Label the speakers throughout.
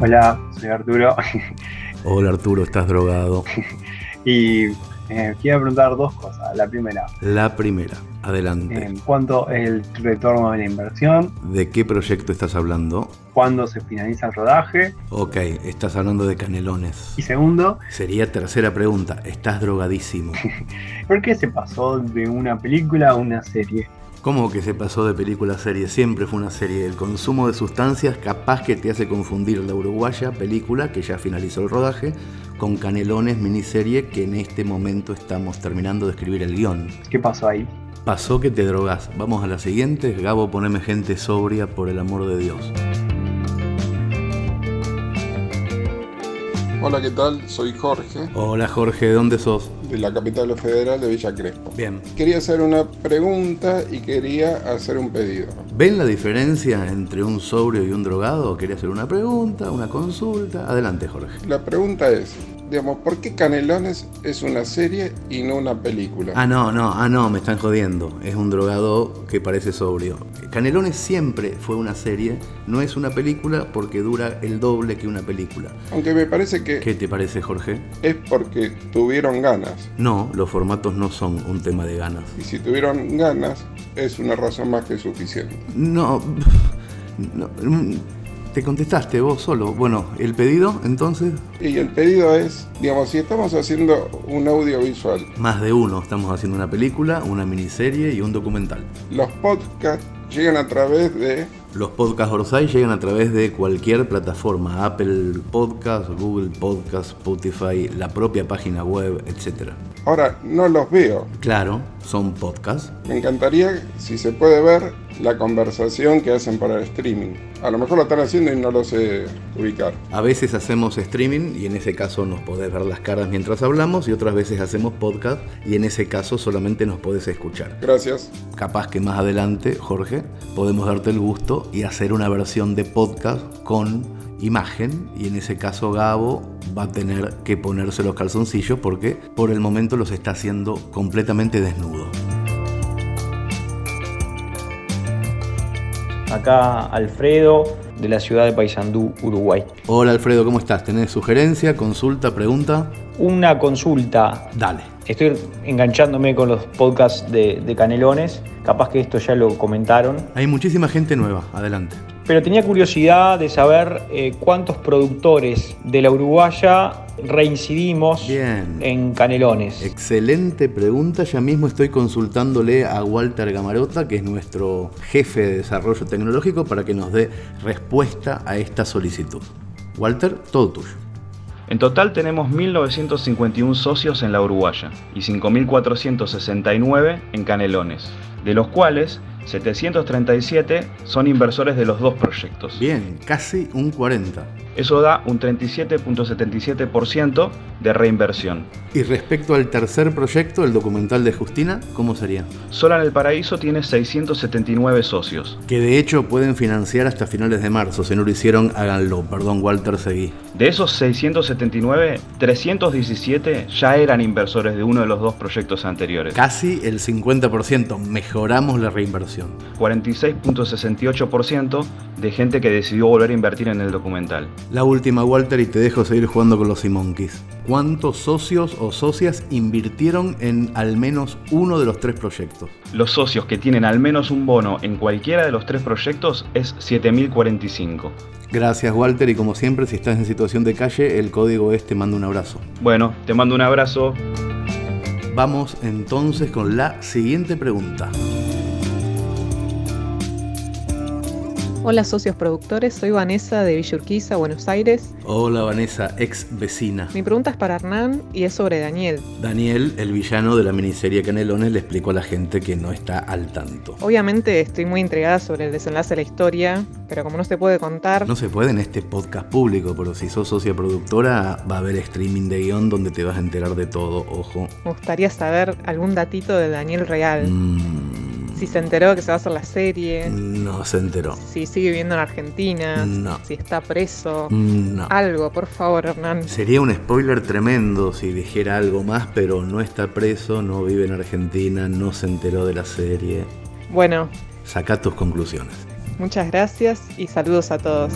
Speaker 1: Hola, soy Arturo.
Speaker 2: Hola Arturo, estás drogado.
Speaker 1: y eh, quiero preguntar dos cosas. La primera,
Speaker 2: La primera, adelante.
Speaker 1: en cuanto el retorno de la inversión,
Speaker 2: ¿De qué proyecto estás hablando?
Speaker 1: cuándo se finaliza el rodaje.
Speaker 2: Ok, estás hablando de canelones.
Speaker 1: Y segundo,
Speaker 2: Sería tercera pregunta, estás drogadísimo.
Speaker 1: ¿por qué se pasó de una película a una serie?
Speaker 2: ¿Cómo que se pasó de película a serie? Siempre fue una serie. El consumo de sustancias capaz que te hace confundir la uruguaya película, que ya finalizó el rodaje, con Canelones miniserie, que en este momento estamos terminando de escribir el guión.
Speaker 1: ¿Qué pasó ahí?
Speaker 2: Pasó que te drogás. Vamos a la siguiente. Gabo, poneme gente sobria por el amor de Dios.
Speaker 3: Hola, ¿qué tal? Soy Jorge,
Speaker 2: Hola Jorge, ¿de dónde sos?
Speaker 3: de la capital federal de Villa Crespo.
Speaker 2: Bien.
Speaker 3: Quería hacer una pregunta y quería hacer un pedido.
Speaker 2: ¿Ven la diferencia entre un sobrio y un drogado? Quería hacer una pregunta, una consulta. Adelante Jorge.
Speaker 3: La pregunta es, digamos, ¿por qué Canelones es una serie y no una película?
Speaker 2: Ah, no, no, ah, no, me están jodiendo. Es un drogado que parece sobrio. Canelones siempre fue una serie, no es una película porque dura el doble que una película.
Speaker 3: Aunque me parece que
Speaker 2: ¿Qué te parece, Jorge?
Speaker 3: es porque tuvieron ganas.
Speaker 2: No, los formatos no son un tema de ganas.
Speaker 3: Y si tuvieron ganas, es una razón más que suficiente.
Speaker 2: No, no, mm, te contestaste vos solo. Bueno, el pedido, entonces,
Speaker 3: Y el pedido es, digamos, si estamos haciendo un audiovisual,
Speaker 2: más de uno. Estamos haciendo una película, una miniserie y un documental.
Speaker 3: los podcasts llegan a través de
Speaker 2: Los podcasts Orsay llegan a través de cualquier plataforma, Apple Podcast, Google Podcast, Spotify, la propia página web, etc.
Speaker 3: Ahora, no los veo.
Speaker 2: Claro, son podcasts.
Speaker 3: Me encantaría, si se puede ver, la conversación que hacen para el streaming. A lo mejor lo están haciendo y no lo sé ubicar.
Speaker 2: A veces hacemos streaming y en ese caso nos podés ver las caras mientras hablamos y otras veces hacemos podcast y en ese caso solamente nos podés escuchar.
Speaker 3: Gracias.
Speaker 2: Capaz que más adelante, Jorge, podemos darte el gusto y hacer una versión de podcast con imagen y en ese caso Gabo va a tener que ponerse los calzoncillos porque por el momento los está haciendo completamente desnudo.
Speaker 4: Acá Alfredo, de la ciudad de Paysandú, Uruguay.
Speaker 2: Hola Alfredo, ¿cómo estás? ¿Tenés sugerencia, consulta, pregunta?
Speaker 4: Una consulta.
Speaker 2: Dale.
Speaker 4: Estoy enganchándome con los podcasts de, de Canelones. Capaz que esto ya lo comentaron.
Speaker 2: Hay muchísima gente nueva, adelante.
Speaker 4: Pero tenía curiosidad de saber eh, cuántos productores de la Uruguaya reincidimos
Speaker 2: Bien.
Speaker 4: en Canelones.
Speaker 5: Eh,
Speaker 2: Excelente pregunta, ya mismo estoy consultándole a Walter Gamarota, que es nuestro jefe de desarrollo tecnológico, para que nos dé respuesta a esta solicitud. Walter, todo tuyo.
Speaker 6: En total tenemos 1.951 socios en la Uruguaya y 5.469 en Canelones, de los cuales 737 son inversores de los dos proyectos.
Speaker 2: Bien, casi un 40.
Speaker 6: Eso da un 37.77% de reinversión.
Speaker 2: Y respecto al tercer proyecto, el documental de Justina, ¿cómo sería?
Speaker 6: Sola en el Paraíso tiene 679 socios.
Speaker 2: Que de hecho pueden financiar hasta finales de marzo. Si no lo hicieron, háganlo. Perdón, Walter, seguí.
Speaker 6: De esos 679, 317 ya eran inversores de uno de los dos proyectos anteriores.
Speaker 2: Casi el 50%. Mejoramos la reinversión.
Speaker 6: 46.68% de gente que decidió volver a invertir en el documental.
Speaker 2: La última, Walter, y te dejo seguir jugando con los Simonkis. ¿Cuántos socios o socias invirtieron en al menos uno de los tres proyectos?
Speaker 6: Los socios que tienen al menos un bono en cualquiera de los tres proyectos es 7.045.
Speaker 2: Gracias, Walter, y como siempre, si estás en situación de calle, el código este manda un abrazo.
Speaker 6: Bueno, te mando un abrazo.
Speaker 2: Vamos entonces con la siguiente pregunta.
Speaker 7: Hola socios productores, soy Vanessa de Villurquiza, Buenos Aires.
Speaker 2: Hola, Vanessa, ex vecina.
Speaker 7: Mi pregunta es para Hernán y es sobre Daniel.
Speaker 2: Daniel, el villano de la miniserie Canelones, le explicó a la gente que no está al tanto.
Speaker 7: Obviamente estoy muy intrigada sobre el desenlace de la historia, pero como no se puede contar,
Speaker 2: No se puede en este podcast público, pero si sos socia productora, va a haber streaming de guión donde te vas a enterar de todo, ojo.
Speaker 7: me gustaría saber algún datito de Daniel real.
Speaker 2: Mm,
Speaker 7: Si se enteró que se va a hacer la serie,
Speaker 2: no se enteró.
Speaker 7: si sigue viviendo en Argentina,
Speaker 2: No.
Speaker 7: si está preso.
Speaker 2: Mm, No.
Speaker 7: Algo, por favor, Hernán.
Speaker 2: Sería un spoiler tremendo si dijera algo más, pero no está preso, no vive en Argentina, no se enteró de la serie.
Speaker 7: Bueno,
Speaker 2: Saca tus conclusiones.
Speaker 7: muchas gracias y saludos a todos.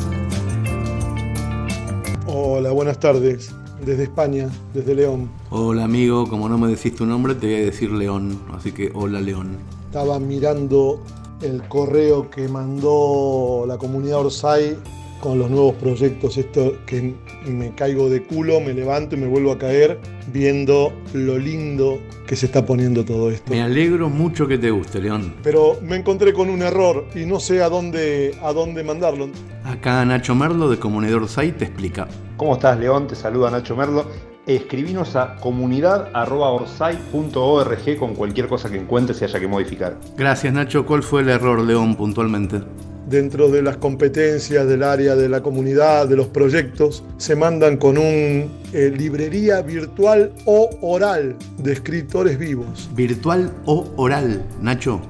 Speaker 8: Hola, buenas tardes. Desde España, desde León.
Speaker 2: Hola amigo, como no me decís tu nombre, te voy a decir León. Así que hola León.
Speaker 8: Estaba mirando el correo que mandó la comunidad Orsay con los nuevos proyectos. Esto que me caigo de culo, me levanto y me vuelvo a caer viendo lo lindo que se está poniendo todo esto.
Speaker 2: Me alegro mucho que te guste, León.
Speaker 8: Pero me encontré con un error y no sé a dónde, a dónde mandarlo.
Speaker 2: Acá Nacho Merlo de Comunidad Orsay te explica.
Speaker 5: ¿Cómo estás, León? Te saluda Nacho Merlo. Escribinos a comunidad.orsay.org con cualquier cosa que encuentres y haya que modificar.
Speaker 2: Gracias Nacho, ¿cuál fue el error, León, puntualmente?
Speaker 8: Dentro de las competencias del área de la comunidad, de los proyectos, se mandan con un eh, librería virtual o oral de escritores vivos.
Speaker 2: Virtual o oral, Nacho.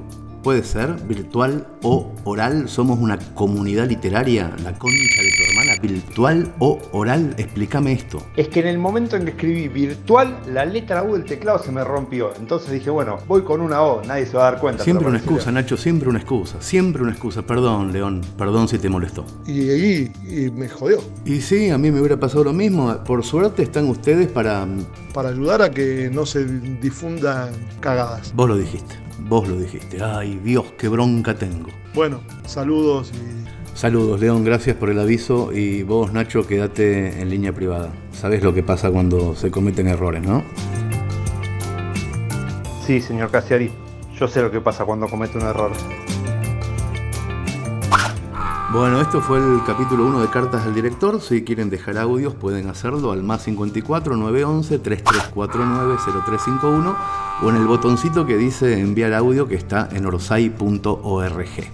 Speaker 2: ¿Puede ser virtual o oral? Somos una comunidad literaria, la concha de tu hermana. ¿Virtual o oral? Explícame esto.
Speaker 5: Es que en el momento en que escribí virtual, la letra U del teclado se me rompió. Entonces dije, bueno, voy con una O, nadie se va a dar cuenta.
Speaker 2: Siempre
Speaker 5: pero
Speaker 2: una
Speaker 5: bueno,
Speaker 2: excusa, Nacho, siempre una excusa, siempre una excusa. Perdón, León, perdón si te molestó.
Speaker 8: Y, ahí y me jodió.
Speaker 2: Y sí, a mí me hubiera pasado lo mismo. Por suerte están ustedes para... mm,
Speaker 8: Para ayudar a que no se difundan cagadas.
Speaker 2: Vos lo dijiste, vos lo dijiste. Ay, Dios, qué bronca tengo.
Speaker 8: Bueno, saludos y
Speaker 2: Saludos, León, gracias por el aviso y vos, Nacho, quédate en línea privada. Sabés lo que pasa cuando se cometen errores, ¿no?
Speaker 5: Sí, señor Casiari, yo sé lo que pasa cuando cometo un error.
Speaker 2: Bueno, esto fue el capítulo 1 de Cartas al Director. Si quieren dejar audios, pueden hacerlo al más 54 911 3349 0351 o en el botoncito que dice enviar audio que está en orsay.org.